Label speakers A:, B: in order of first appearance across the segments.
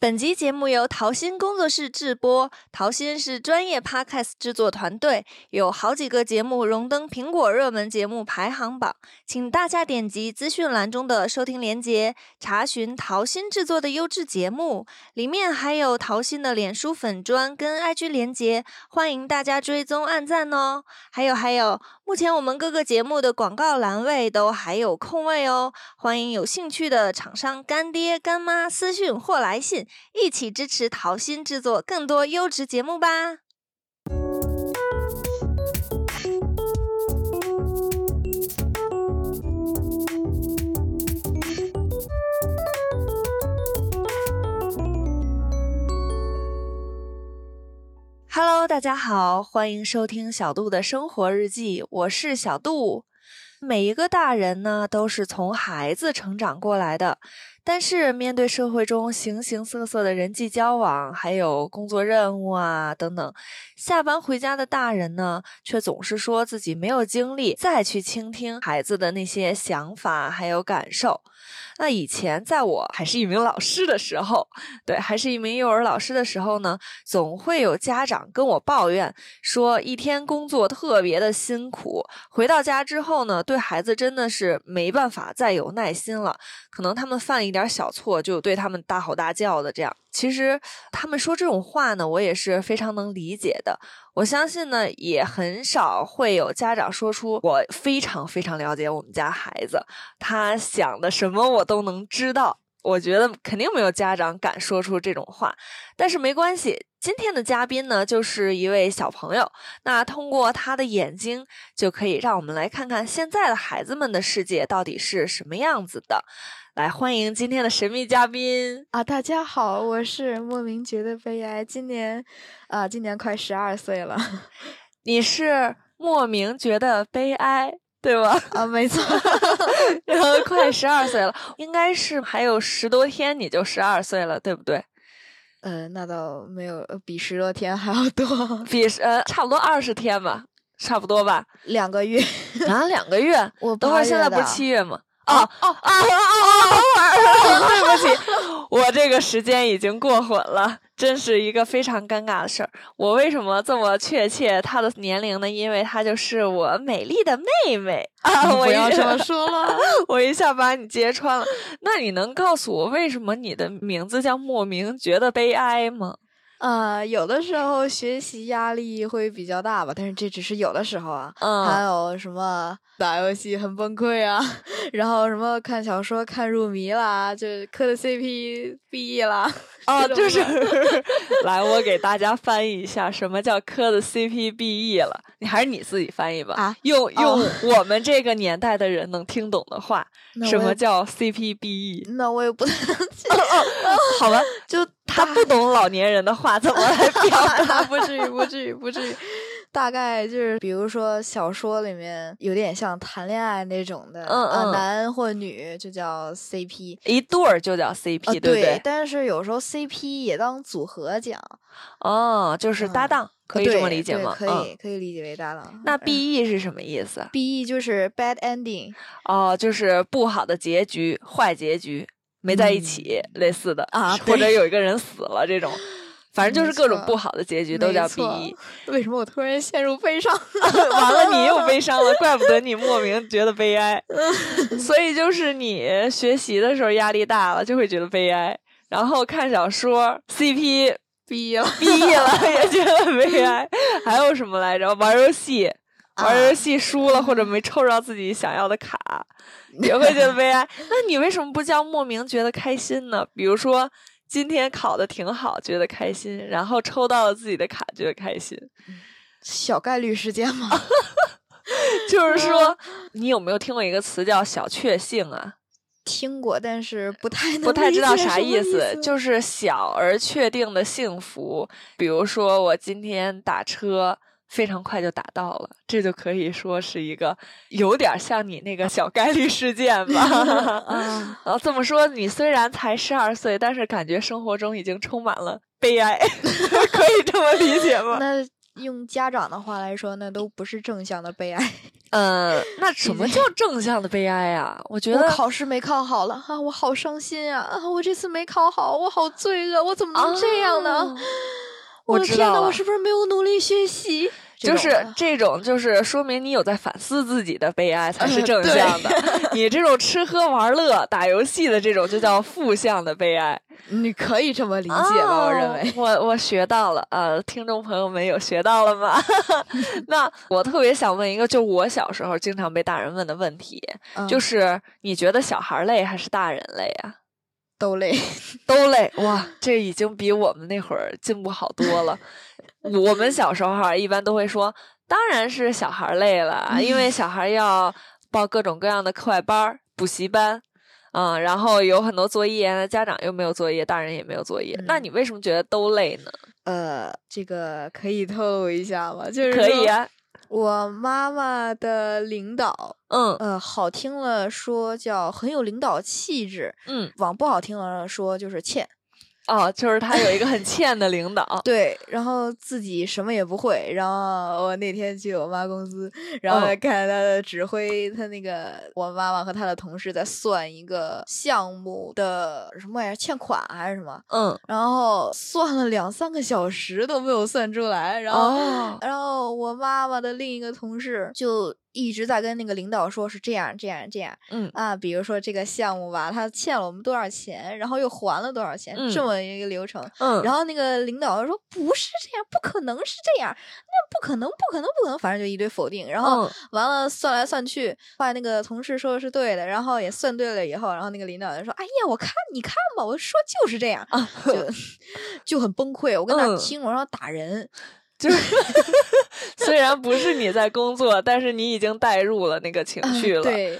A: 本集节目由桃心工作室制播，桃心是专业 podcast 制作团队，有好几个节目荣登苹果热门节目排行榜，请大家点击资讯栏中的收听链接，查询桃心制作的优质节目，里面还有桃心的脸书粉砖跟 IG 连接，欢迎大家追踪按赞哦。还有还有，目前我们各个节目的广告栏位都还有空位哦，欢迎有兴趣的厂商干爹干妈私讯或来信。一起支持桃心制作更多优质节目吧！Hello，大家好，欢迎收听小杜的生活日记，我是小杜。每一个大人呢，都是从孩子成长过来的，但是面对社会中形形色色的人际交往，还有工作任务啊等等，下班回家的大人呢，却总是说自己没有精力再去倾听孩子的那些想法还有感受。那以前在我还是一名老师的时候，对，还是一名幼儿老师的时候呢，总会有家长跟我抱怨说，一天工作特别的辛苦，回到家之后呢，对孩子真的是没办法再有耐心了。可能他们犯了一点儿小错，就对他们大吼大叫的这样。其实他们说这种话呢，我也是非常能理解的。我相信呢，也很少会有家长说出“我非常非常了解我们家孩子，他想的什么我都能知道”。我觉得肯定没有家长敢说出这种话，但是没关系。今天的嘉宾呢，就是一位小朋友。那通过他的眼睛，就可以让我们来看看现在的孩子们的世界到底是什么样子的。来，欢迎今天的神秘嘉宾。
B: 啊，大家好，我是莫名觉得悲哀，今年，啊、今年快十二岁了
A: 你是莫名觉得悲哀，对吧？
B: 啊，没错，
A: 然后快十二岁了，应该是还有十多天你就十二岁了，对不对？
B: 呃，那倒没有，呃比十多天还要多，
A: 比呃差不多二十天吧，差不多吧，
B: 两个月。
A: 啊，两个月。
B: 我
A: 等会儿
B: 八
A: 现
B: 月
A: 在不是
B: 的
A: 七月吗？哦哦哦哦哦！对不 起，我这个时间已经过混了，真是一个非常尴尬的事儿。我为什么这么确切她的年龄呢？因为她就是我美丽的妹妹啊！
B: 你
A: 我
B: 不要
A: 一
B: 这么 说了，
A: 我一下把你揭穿了。那你能告诉我为什么你的名字叫莫名觉得悲哀吗？
B: 呃，有的时候学习压力会比较大吧，但是这只是有的时候啊，还
A: 嗯，
B: 有什么打游戏很崩溃啊， 然后什么看小说看入迷啦，就是磕的 CP 毕业啦，
A: 哦，
B: 这种
A: 就是
B: 的
A: 来，我给大家翻译一下什么叫磕的 CPBE E 了。你还是你自己翻译吧，
B: 啊
A: 用用
B: 哦
A: 我们这个年代的人能听懂的话，
B: 那
A: 什
B: 我
A: 么
B: 也
A: 叫 CPBE？
B: 那我也不太能 去
A: E？
B: 哦
A: 好 吧，
B: 就
A: 他不懂老年人的话怎么来表
B: 那
A: 达？
B: 不至于，不至于，不至于。 大概就是，比如说小说里面有点像谈恋爱那种的，
A: 嗯嗯
B: 啊，男或女就叫 CP，
A: 一对儿就叫 CP，、
B: 啊
A: 对不对？
B: 但是有时候 CP 也当组合讲，
A: 哦，就是搭
B: 嗯
A: 档，可以这
B: 对
A: 么理解
B: 对
A: 吗？
B: 可
A: 嗯
B: 以，嗯可以理解为搭档。
A: 那 BE 是什么意思？啊
B: B E 就是 bad ending
A: 哦，就是不好的结局、坏结局，没在一起，类似的
B: 嗯啊
A: 或者
B: 对
A: 有一个人死了 这种，反正就
B: 没
A: 是各种
B: 错
A: 不好的结局都
B: 没
A: 叫 E
B: 错
A: BE。
B: 为什么我突然陷入悲伤？
A: 完了，你又悲伤了，怪不得你莫名觉得悲 哀。所以就是你学习的时候压力大了，就会觉得悲哀。然后看小说，CP
B: 毕业了，
A: 毕业 E 了 也觉得悲哀。还有什么来着？玩游戏，
B: 啊
A: 玩游戏输了或者没抽到自己想要的卡，也会觉得悲 哀。那你为什么不叫莫名觉得开心呢？比如说今天考的挺好，觉得开心，然后抽到了自己的卡，觉得开心。
B: 小概率事件吗？ 嗯
A: 就是说，你有没有听过一个词叫“小确幸”啊？
B: 听过，但是不太能
A: 不太知道
B: 理解
A: 啥
B: 什么意
A: 思，就是小而确定的幸福。比如说，我今天打车非常快就打到了，这就可以说是一个有点像你那个小概率事件 吧。
B: 啊，
A: 啊，这么说，你虽然才十二岁，但是感觉生活中已经充满了悲哀， 可以这么理解吗？
B: 那用家长的话来说，那都不是正向的悲哀。
A: 呃，那什么叫正向的悲哀啊？我觉
B: 我
A: 得
B: 考试没考好了啊，我好伤心啊！啊，我这次没考好，我好罪恶，我怎么能这样呢
A: 啊？
B: 我
A: 我
B: 的
A: 知
B: 天呐，
A: 道
B: 我
A: 了
B: 是不是没有努力学习？这
A: 就
B: 种
A: 是
B: 的
A: 这种，就是说明你有在反思自己的悲哀才是
B: 呃
A: 正
B: 对
A: 向的。 你这种吃喝玩乐、打游戏的这种，就叫负向的悲哀。
B: 你可以这么理解吧？我认为
A: 哦，我我学到了。呃，听众朋友们有学到了吗？ 那我特别想问一个，就我小时候经常被大人问的问题，
B: 嗯
A: 就是你觉得小孩儿累还是大人累啊？
B: 都累。
A: 都累哇！这已经比我们那会儿进步好多了。我们小时候哈，一般都会说，当然是小孩儿累了，因为小孩儿要报各种各样的课外班儿、补习班，嗯，然后有很多作业，家长又没有作业，大人也没有作业，那
B: 嗯
A: 你为什么觉得都累呢？
B: 呃，这个可以透露一下吗？就是
A: 可以
B: 说
A: 啊，
B: 我妈妈的领导，
A: 嗯
B: 呃，好听了说叫很有领导气质，
A: 嗯，
B: 往不好听了说就是欠。
A: 哦，就是他有一个 很欠的领导，
B: 对，然后自己什么也不会，然后我那天去我妈公司，然后
A: 嗯
B: 看她的指挥，她那个我妈妈和她的同事在算一个项目的什么玩意儿欠款啊还是什么，
A: 嗯，
B: 然后算了两三个小时都没有算出来，然后、
A: 哦，
B: 然后我妈妈的另一个同事就一直在跟那个领导说是这样这样这样
A: 嗯
B: 啊，比如说这个项目吧，他欠了我们多少钱，然后又还了多少钱，
A: 嗯
B: 这么一个流程。
A: 嗯，
B: 然后那个领导说不是这样，不可能是这样，那不可能，不可能，不可能，反正就一堆否定。然后
A: 嗯
B: 完了算来算去，后来那个同事说的是对的，然后也算对了以后，然后那个领导就说：“哎呀，我看你看吧，我说就是这样。 就就很崩溃。我跟他
A: 啊嗯
B: 听，我让他打 人。
A: 就是虽然不是你在工作，但是你已经带入了那个情绪了。
B: 嗯对，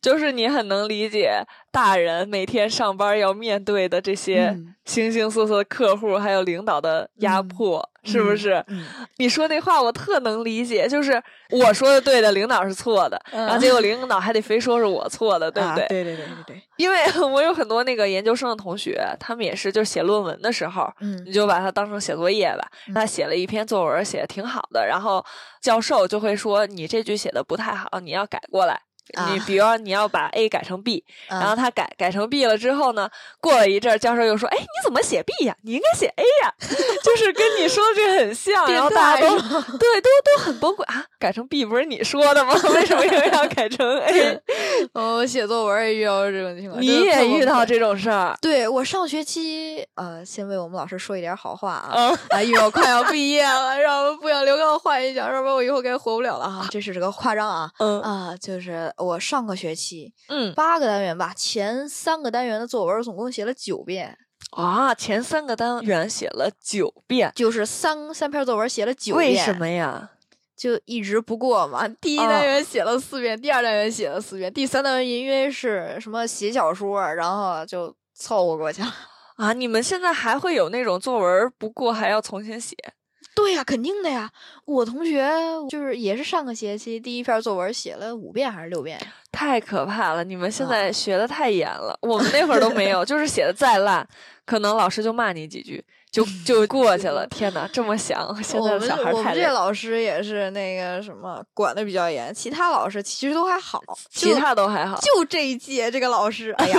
A: 就是你很能理解大人每天上班要面对的这些
B: 嗯
A: 形形色色的客户，还有领导的压
B: 嗯
A: 迫，是不
B: 嗯
A: 是？
B: 嗯
A: 你说那话我特能理解，就是我说的对的，领导是错的，然后结果领导还得非说是我错的，对不
B: 嗯啊
A: 对？
B: 对对对对对，
A: 因为 我有很多那个研究生的同学，他们也是，就是写论文的时候，
B: 嗯
A: 你就把它当成写作业吧。
B: 嗯
A: 他写了一篇作文，写的挺好的，然后教授就会说你这句写的不太好，你要改过来。你
B: 啊
A: 比如说你要把 A 改成 B，、然后
B: 啊
A: 他改改成 B 了之后呢，过了一阵儿，教授又说：“哎，你怎么写 B 呀、你应该写 A 呀、 就是跟你说的这个很像，然后大家都
B: 变态是
A: 对都都很崩溃啊！改成 B 不是你说的吗？ 为什么又要改成 A？
B: 我哦写作文也遇到这种情况，真
A: 你
B: 的特
A: 也
B: 崩
A: 遇到
B: 溃
A: 这种事儿？
B: 对我上学期，呃，先为我们老师说一点好话啊，
A: 嗯
B: 啊，因为我快要毕 业了，让我不想留给我换一想，要不然我以后该活不了了哈。这是这个夸张啊
A: 嗯
B: 啊，就是我上个学期
A: 嗯
B: 八个单元吧，前三个单元的作文总共写了九遍，
A: 啊，前三个单元写了九遍，
B: 就是三三篇作文写了九遍，
A: 为什么呀？
B: 就一直不过嘛？第一
A: 啊
B: 单元写了四遍，第二单元写了四遍，第三单元因为是什么写小说，然后就凑合过去了。
A: 啊，你们现在还会有那种作文不过还要重新写？
B: 对呀、肯定的呀。我同学就是也是上个学期第一篇作文写了五遍还是六遍，
A: 太可怕了！你们现
B: 啊
A: 在学的太严了，我们那会儿都没 有，就是写的再烂，可能老师就骂你几句， 就就过去了。天哪，这么想，现在
B: 我
A: 的
B: 们
A: 小孩
B: 我
A: 太
B: 们
A: 累
B: 这
A: 了。
B: 老师也是那个什么管的比较严，其他老师其实都还好，
A: 其
B: 就
A: 他都还好，
B: 就这一届这个老师，哎呀，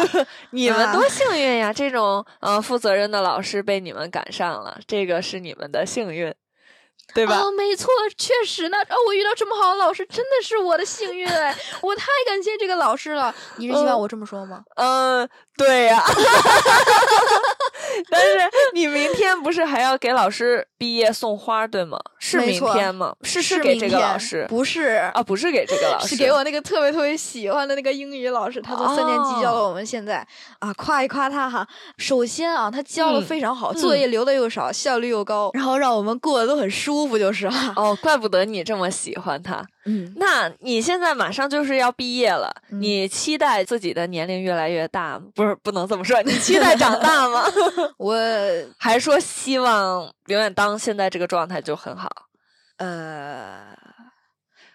A: 你们
B: 啊
A: 多幸运呀！这种呃负责任的老师被你们赶上了，这个是你们的幸运， 对吧？
B: 哦，没错，确实呢，哦，我遇到这么好的老师，真的是我的幸运哎，我太感谢这个老师了。你是希望
A: 嗯
B: 我这么说吗？
A: 嗯，对呀、 但是你明天不是还要给老师毕业送花对吗？是
B: 没
A: 明
B: 错
A: 天吗？是
B: 是
A: 给
B: 明
A: 这个老
B: 天
A: 师
B: 不是
A: 啊，不是给这个老师，
B: 是给我那个特别特别喜欢的那个英语老师，他从三年级教
A: 哦
B: 到我们现在、啊，夸一夸他哈。首先啊，他教的
A: 嗯
B: 非常好，
A: 嗯
B: 作业留的又少，效率又高，然后让我们过得都很舒服，就是了。
A: 哦，怪不得你这么喜欢他。
B: 嗯，
A: 那你现在马上就是要毕业了，
B: 嗯
A: 你期待自己的年龄越来越大吗？不是，不能这么说，你 期待长大吗？
B: 我
A: 还说希望永远当现在这个状态就很好？
B: 呃，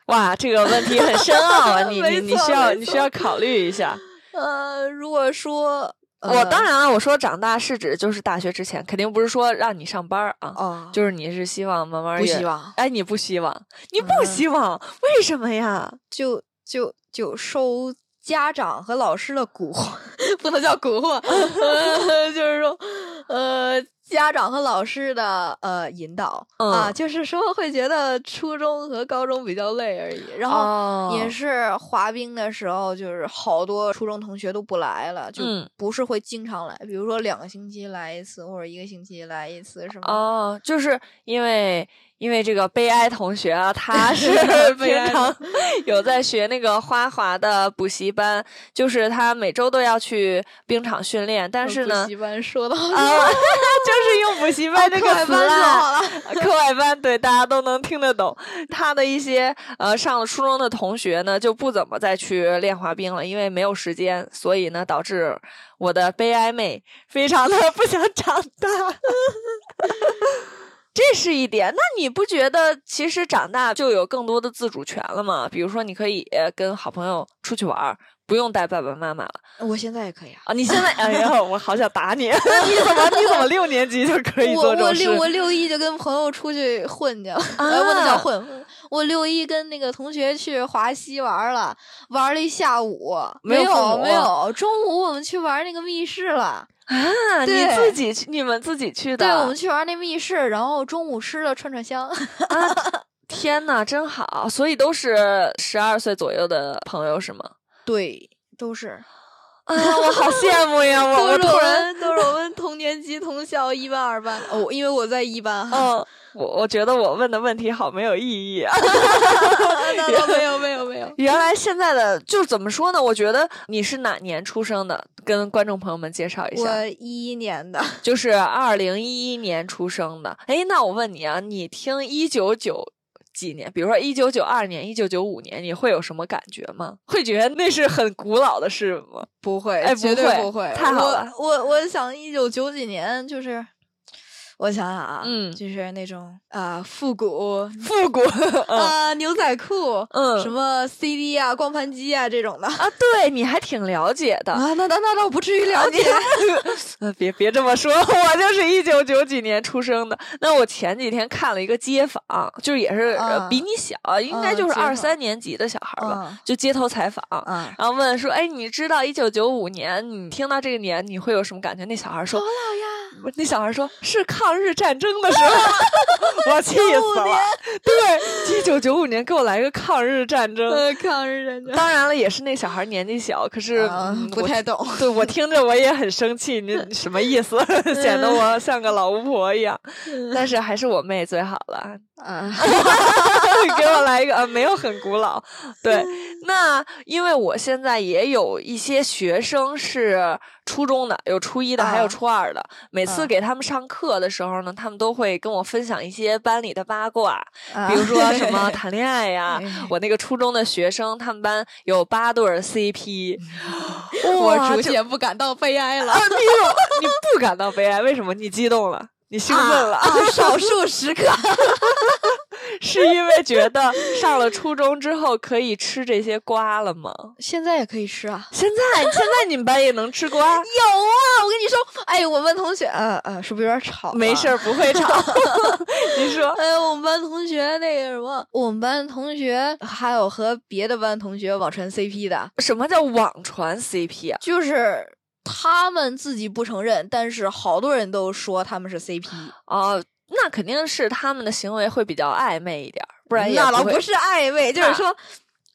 A: 哇，这个问题很深奥啊！你你
B: 没
A: 你
B: 错
A: 需要
B: 没
A: 你
B: 错
A: 需要考虑一下。
B: 呃，如果说
A: 我当
B: 然
A: 然啊了，我说长大是指就是大学之前，肯定不是说让你上班儿啊，
B: 哦，
A: 就是你是希望慢慢
B: 不
A: 也
B: 希望，
A: 哎，你不希望，你不
B: 嗯
A: 希望，为什么呀？
B: 就就就受家长和老师的蛊惑， 不能叫蛊 惑，
A: 嗯
B: 呃就是说，呃，家长和老师的呃引导、啊，
A: 嗯
B: 就是说会觉得初中和高中比较累而已，然后。
A: 哦
B: 也是滑冰的时候，就是好多初中同学都不来了，就
A: 嗯
B: 不是会经常来，比如说两个星期来一次，或者一个星期来一次，什么
A: 哦，就是因为因为这个悲哀同学啊，他是
B: 悲
A: 平
B: 哀
A: 常有在学那个花滑的补习班，就是他每周都要去冰场训练，但是呢
B: 呃补习，班哎说的好
A: 啊，就是用补习班这
B: 课
A: 个
B: 外
A: 词
B: 班就
A: 啦，
B: 好 了，
A: 课外班对大家都能听得懂。他的一些呃上了初中的同学呢，就不怎么再去练滑冰了，因为没有时间，所以呢，导致我的悲哀妹非常的不想长大。这是一点，那你不觉得其实长大就有更多的自主权了吗？比如说，你可以呃跟好朋友出去玩儿，不用带爸爸妈妈了
B: 我现在也可以啊。
A: 啊！你现在，哎呀，我好想打你！ 你怎么你怎么六年级就可以
B: 我
A: 做这
B: 我
A: 种事？
B: 六我六一就跟朋友出去混去了，哎，不能
A: 啊
B: 叫混。我六一跟那个同学去华西玩了，玩了一下午，
A: 没有
B: 没
A: 父母
B: 有没有。中午我们去玩那个密室了，
A: 啊，你
B: 对
A: 自己去，你们自己去的？
B: 对，我们去玩那密室，然后中午吃了串串香。
A: 天呐，真好！所以都是十二岁左右的朋友是吗？
B: 对，都是
A: 啊，我好羡慕呀！我
B: 都
A: 我
B: 是
A: 突
B: 我
A: 然，
B: 们都是我们同年级同校一班二班哦，因为我在一班，哈，
A: 嗯，我我觉得我问的问题好没有意义啊！
B: 啊那 倒没有没有没有，
A: 原来现在的就是怎么说呢？我觉得你是哪年出生的？跟观众朋友们介绍一下，
B: 我一一年的，
A: 就是二零一一年出生的。哎，那我问你啊，你听一九九几年，比如说一九九二年、一九九五年，你会有什么感觉吗？会觉得那是很古老的事吗？
B: 不会，
A: 哎
B: 绝
A: 不
B: 对
A: 会
B: 不会。
A: 太好了
B: 我我我想一九九几年就是，我想想啊，
A: 嗯
B: 就是那种啊、复古啊、
A: 复 古，嗯
B: 牛仔裤，
A: 嗯
B: 什么 CD 啊、光盘机啊这种的
A: 啊，对你还挺了解的。
B: 啊，那那那倒不至于了 解。
A: 呃，别别这么说， 我就是一九九几年出生的。那我前几天看了一个街访，就是也是、呃
B: 啊
A: 比你小，应该
B: 啊
A: 就是
B: 街
A: 二
B: 访
A: 三年级的小孩吧，
B: 啊
A: 就街头采访。
B: 啊，
A: 然后问说：“哎，你知道一九九五年，你听到这个年，你会有什么感觉？”那小孩说
B: 好老呀，：“啊
A: 那小孩说是抗日战争的时候， 我气死了
B: 年。
A: 对，一九九五年给我来个抗日战争，
B: 呃，抗日 战争。
A: 当然了，也是那小孩年纪小，可是、
B: 啊
A: 嗯
B: 不
A: 我
B: 太懂
A: 对我听着我也很生气，你什么意思？ 显得我像个老巫婆一样。
B: 嗯
A: 但是还是我妹最好了，
B: 啊，
A: 给我来一个啊，没有很古老。
B: 嗯
A: 对，那因为我现在也有一些学生是初中的，有初一的，还有
B: 啊
A: 初二的。每次
B: 啊
A: 给他们上课的时候呢，他们都会跟我分享一些班里的八卦，
B: 啊
A: 比如说什 么谈恋爱呀、
B: 哎
A: 我那个初中的学生，他们班有八对儿 CP， 嗯
B: 我逐
A: 就
B: 渐不感到悲 哀了
A: 啊，。你有你不感到悲哀？为什么？你激动了，你兴奋了，
B: 啊，少数时刻
A: 是因为觉得上了初中之后可以吃这些瓜了吗？
B: 现在也可以吃啊。
A: 现在现在你们班也能吃瓜？
B: 有啊，我跟你说，哎，我们同学，呃呃，是不是有点吵、
A: 没事。儿，不会 吵。你说
B: 哎，我们班同学那个什么，我们班同学还有和别的班同学网传 CP 的，
A: 什么叫网传 CP 啊？
B: 就是他们自己不承认，但是好多人都说他们是 CP，
A: 哦，那肯定是他们的行为会比较暧昧一点儿，不然也
B: 那老
A: 会
B: 不 是暧昧，就是说，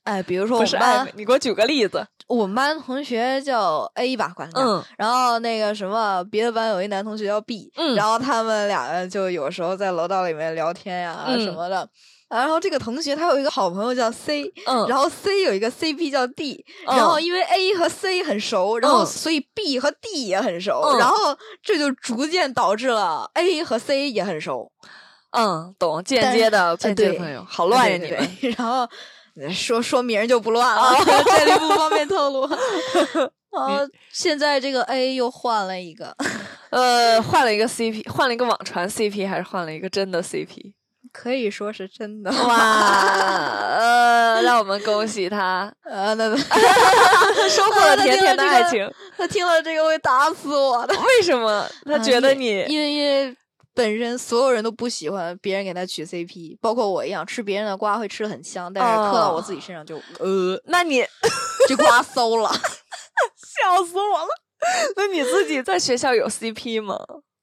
B: 哎，比如说我
A: 不是
B: 们
A: 暧昧
B: 班。，
A: 你给我举个例子。
B: 我们班同学叫 A 吧，管他叫，
A: 嗯
B: 然后那个什么，别的班有一男同学叫 B，、
A: 嗯
B: 然后他们俩人就有时候在楼道里面聊天呀、
A: 嗯
B: 什么的。然后这个同学他有一个好朋友叫 C，、
A: 嗯，
B: 然后 C 有一个 CP 叫 D，、
A: 嗯
B: 然后因为 A 和 C 很熟，然后
A: 嗯
B: 所以 B 和 D 也很熟，
A: 嗯
B: 然后这就逐渐导致了 A 和 C 也很熟，
A: 嗯，懂，间
B: 但
A: 接的间接
B: 对
A: 朋友，好乱呀你
B: 对对
A: 们。 哦
B: 对 然后说说名儿就不乱了，这里不方便透露。 呃，现在这个 A 又换了一个，
A: 呃，换了一个 CP，换了一个网传 CP，还是换了一个真的 CP？
B: 可以说是真的。
A: 哇， 呃，让我们恭喜 他
B: 呃，那
A: 收获了甜甜的爱情。
B: 他听了这个会打死我的。
A: 为什 么他觉得啊你？
B: 嗯因为因为本身所有人都不喜欢别人给他取 CP，包括我一样，吃别人的瓜会吃的很香，但是嗑到我自己身上就、呃，
A: 那 你
B: 就瓜馊 了。
A: 笑死我了！那你自己在学校有 CP 吗？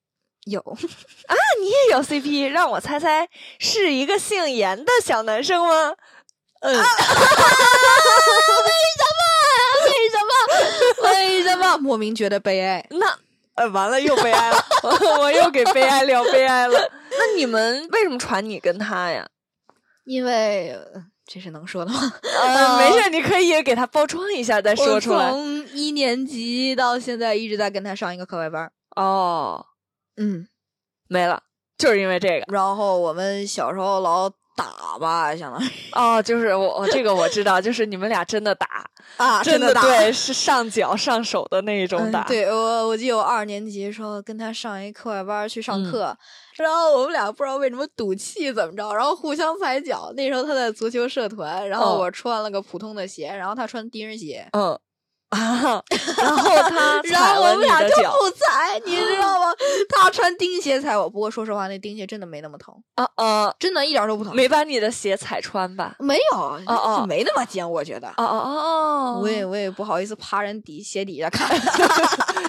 B: 有，
A: 啊，你也有 CP，让我猜猜是一个姓严的小男生吗？
B: 嗯，为什么？为什么？为什么？莫名觉得悲哀。
A: 那呃，完了又悲哀了， 我又给悲哀聊悲哀了。 那你们为什么传你跟他呀？
B: 因为呃这是能说的吗？嗯
A: 呃，没事，你可以给他包装一下再说出
B: 哦我
A: 来。
B: 从一年级到现在一直在跟他上一个课外班儿。
A: 哦，
B: 嗯，
A: 没了，就是因为这个。
B: 然后我们小时候老打吧，相当于
A: 哦，就是我，我这个我知道，就是你们俩真的打，
B: 啊
A: 真
B: 的打。
A: 对，是上脚上手的那一种
B: 嗯
A: 打。，
B: 对我，我记得我二年级的时候跟他上一课外班儿去
A: 嗯
B: 上课，然后我们俩不知道为什么赌气怎么着，然后互相踩脚。那时候他在足球社团，然后
A: 哦
B: 我穿了个普通的鞋，然后他穿钉儿鞋，
A: 嗯 啊， 然后他
B: 然
A: 踩
B: 后
A: 了
B: 我们
A: 你
B: 俩
A: 的
B: 就
A: 脚
B: 不踩，你知 道吗？他穿钉鞋踩我，不过说实话，那钉鞋真的没那么疼，
A: 啊啊，
B: 真的一点儿都不疼，
A: 没把你的鞋踩穿吧？
B: 没有，
A: 哦
B: 没那么尖，我觉得。
A: 哦哦哦哦，
B: 我也我也不好意思趴人底鞋底 下看，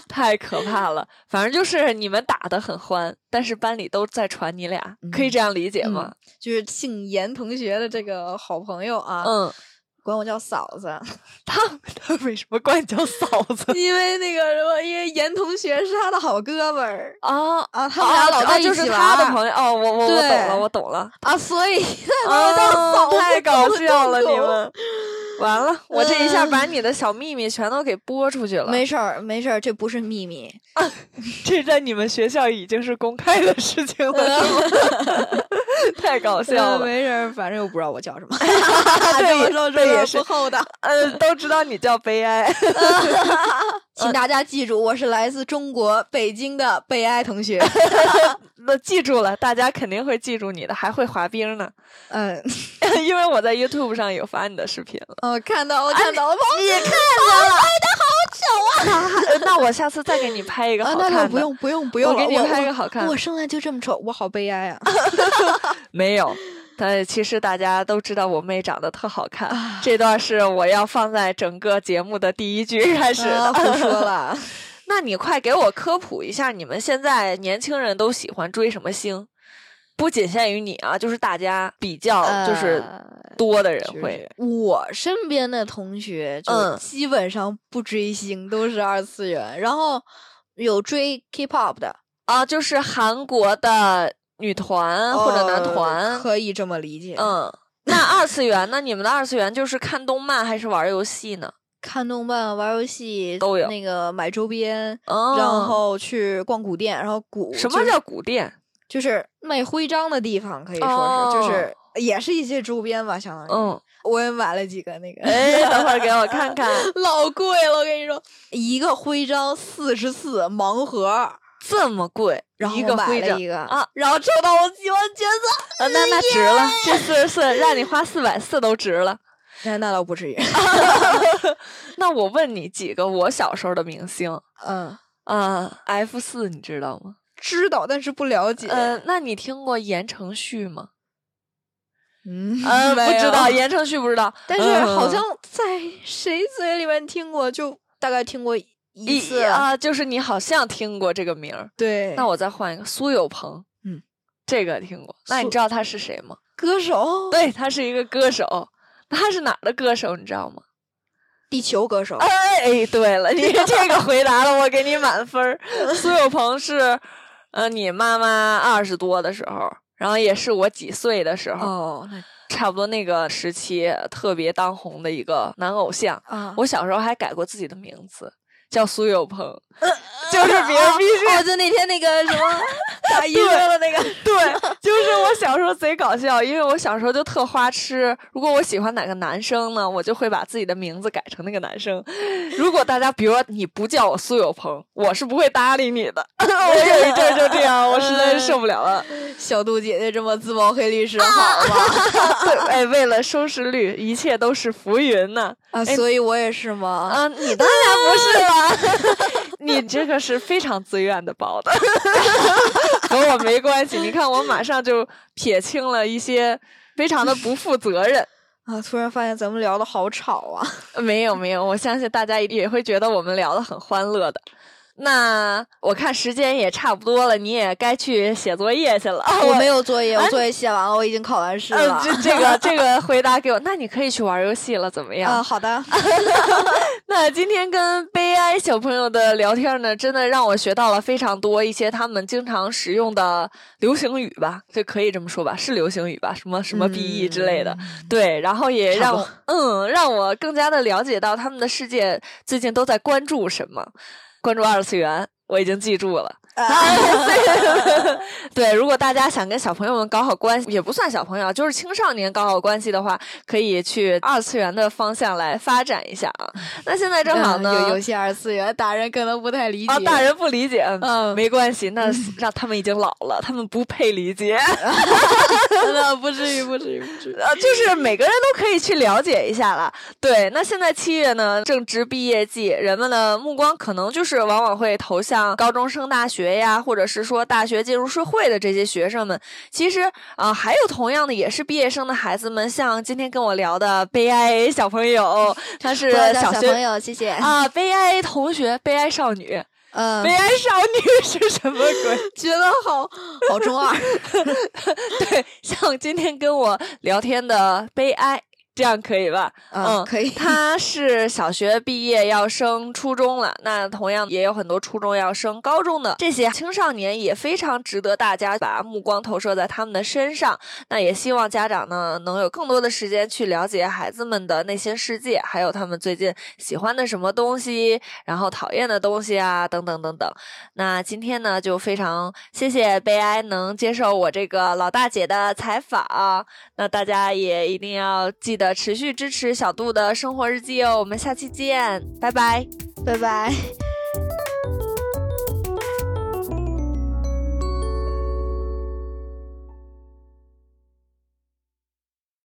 A: 太可怕了。反正就是你们打的很欢，但是班里都在传你俩，可以这样理解吗？
B: 就是姓严同学的这个好朋友啊，
A: 嗯，
B: 管我叫嫂子，
A: 他他 为什么管你叫嫂 子？
B: 因为那个什么，因为严同学是他的好哥们儿
A: 啊，
B: 啊，他
A: 他
B: 们俩老在一
A: 就
B: 起
A: 是
B: 玩
A: 他的
B: 儿
A: 朋友哦，我我我
B: 对
A: 懂了，我懂了。
B: 啊，所以他管我叫嫂
A: 哦，
B: 子，
A: 太搞笑了，你
B: 痛
A: 们！ 完了，我这一下
B: 嗯
A: 把你的小秘密全都给播出去了。
B: 苦。 没事儿，没事儿，这不是秘密。
A: 这在你们学校已经是公开的事情了，是吗？嗯 太搞笑
B: 呃
A: 了。
B: 没事儿，反正又不知道我叫 什么。
A: 这
B: 这
A: 也
B: 么说
A: 这也
B: 这
A: 是
B: 不厚道。
A: 呃，都知道你叫悲哀。
B: 请大家记住，我是来自中国北京的悲哀同 学。
A: 那记住了，大家肯定会记住你的，还会滑冰呢，
B: 嗯，
A: 因为我在 YouTube 上有发你的视频了。
B: 我哦看到，我哎看到，我
A: 你看到了，拍的好丑啊！那我下次再给你拍一个好
B: 啊，
A: 看
B: 那
A: 的。
B: 那不用不用不用
A: 我
B: 了，
A: 给你拍一个
B: 我
A: 好看
B: 我生来就这么丑，我好悲哀啊！
A: 没有，但其实大家都知道我妹长得特好看。
B: 啊
A: 这段是我要放在整个节目的第一句开始的。
B: 啊胡说了。
A: 那你快给我科普一下，你们现在年轻人都喜欢追什么星？不仅限于你啊，就是大家比较就是
B: 呃
A: 多的人
B: 就是
A: 会。
B: 我身边的同学就
A: 嗯
B: 基本上不追星，都是二次元，然后有追 K-pop 的
A: 啊，就是韩国的女团或者男
B: 呃
A: 团。
B: 可以这么理解。，
A: 嗯，那二次元呢？你们的二次元就是看动漫还是玩游戏呢？
B: 看动漫、玩游戏
A: 都有
B: 那个买周边，
A: 哦，
B: 然后去逛古店，然后古
A: 什么
B: 就是
A: 叫古店？
B: 就是卖徽章的地方，可以说是、就是。也是一些周边吧，相当于，
A: 哦嗯，
B: 我也买了几个那个，
A: 哎，等会儿给我看看，
B: 老贵了，我跟你说，一个徽章四十四盲盒，
A: 这么贵，
B: 然后
A: 一个
B: 买
A: 徽
B: 了
A: 章
B: 一个
A: 啊，
B: 然后抽到我喜欢角色，
A: 啊那那值了，这四十四让你花四百四都值了。
B: 那那倒不 至于，
A: 那我问你几个我小时候的明星
B: 嗯，
A: 啊、f 四你知道吗？
B: 知道但是不了解，
A: 呃，那你听过言承旭吗？
B: 嗯
A: 呃，
B: 没
A: 不知
B: 有
A: 道， 言承旭不知道，
B: 但是好
A: 嗯
B: 像在谁嘴里面听过，就大概听过一
A: 一
B: 次，
A: 啊、就是你好像听过这个名儿。
B: 对，
A: 那我再换一个，苏有朋，
B: 嗯，
A: 这个听过。那
B: 苏
A: 你知道他是谁吗？
B: 歌手，
A: 对，他是一个歌手。他是哪儿的歌手，你知道吗？
B: 地球歌手，
A: 哎，对了，你 这个回答了，我给你满分 儿。苏有朋是，呃，你妈妈二十多的时候，然后也是我几岁的时候，
B: 哦，那
A: 差不多那个时期特别当红的一个男偶像。
B: 啊，
A: 我小时候还改过自己的名字，叫苏有朋，就是别人必须
B: 哦，就那天那个什 么大姨
A: 对
B: 说的那个，
A: 对，就是我小时候贼搞笑，因为我小时候就特花痴。如果我喜欢哪个男生呢，我就会把自己的名字改成那个男生。如果大家比 如说你不叫我苏有朋，我是不会搭理你的。我有一阵儿就这样，我实在受不了 了。
B: 小杜姐姐这么自曝黑历史，好 吗？
A: 对，哎，为了收视率，一切都是浮云呐、
B: 啊，所以我也是嘛。
A: 啊，你当然不是了， 你这个是非常自愿的报的， 和我没关系。你看，我马上就撇清了一些非常的不负责任。
B: 啊，突然发现咱们聊的好吵啊！
A: 没有没有，我相信大家也会觉得我们聊的很欢乐的。那我看时间也差不多了，你也该去写作业去了。
B: 啊我哎啊没有作业，我作业写完了，我已经考完试
A: 呃
B: 了。
A: 这这个这个回答给我，那你可以去玩游戏了，怎么样？
B: 啊， 好的，
A: 那今天跟悲哀小朋友的聊天呢，真的让我学到了非常多一些他们经常使用的流行语吧，这可以这么说吧，是流行语吧？什么什么 BE 之类的，对，然后也
B: 嗯差
A: 让
B: 不
A: 我嗯让我更加的了解到他们的世界最近都在关注什么，关注二次元，我已经记住了。
B: 啊
A: 对，如果大家想跟小朋友们搞好关系，也不算小朋友，啊就是青少年搞好关系的话，可以去二次元的方向来发展一下啊。那现在正好
B: 嗯
A: 呢，
B: 有有些二次元大人可能不太理解。
A: 啊，大人不理解，
B: 嗯
A: 没关系，那让他们已经老了，他们不配理解。
B: 那不至于，不至于，不至于。
A: 呃，就是每个人都可以去了解一下了。对，那现在七月呢，正值毕业季，人们的目光可能就是往往会投向高中升大学呀，或者是说大学进入社会的这些学生们。其实啊、呃还有同样的也是毕业生的孩子们，像今天跟我聊的悲哀小朋友，他是啊
B: 不要叫
A: 小
B: 小
A: 学
B: 朋友，谢谢。
A: 啊、悲哀同学，悲哀少女，
B: 嗯
A: 悲，哀少女是什么鬼？
B: 觉得好好中二。
A: 对，像今天跟我聊天的悲哀，这样可以吧？嗯
B: 嗯，可以。
A: 他是小学毕业要升初中了，那同样也有很多初中要升高中的这些青少年，也非常值得大家把目光投射在他们的身上。那也希望家长呢能有更多的时间去了解孩子们的内心世界，还有他们最近喜欢的什么东西，然后讨厌的东西啊，等等等等。那今天呢，就非常谢谢悲哀能接受我这个老大姐的采访。那大家也一定要记得持续支持小杜的生活日记哦。我们下期见，拜拜。
B: 拜拜。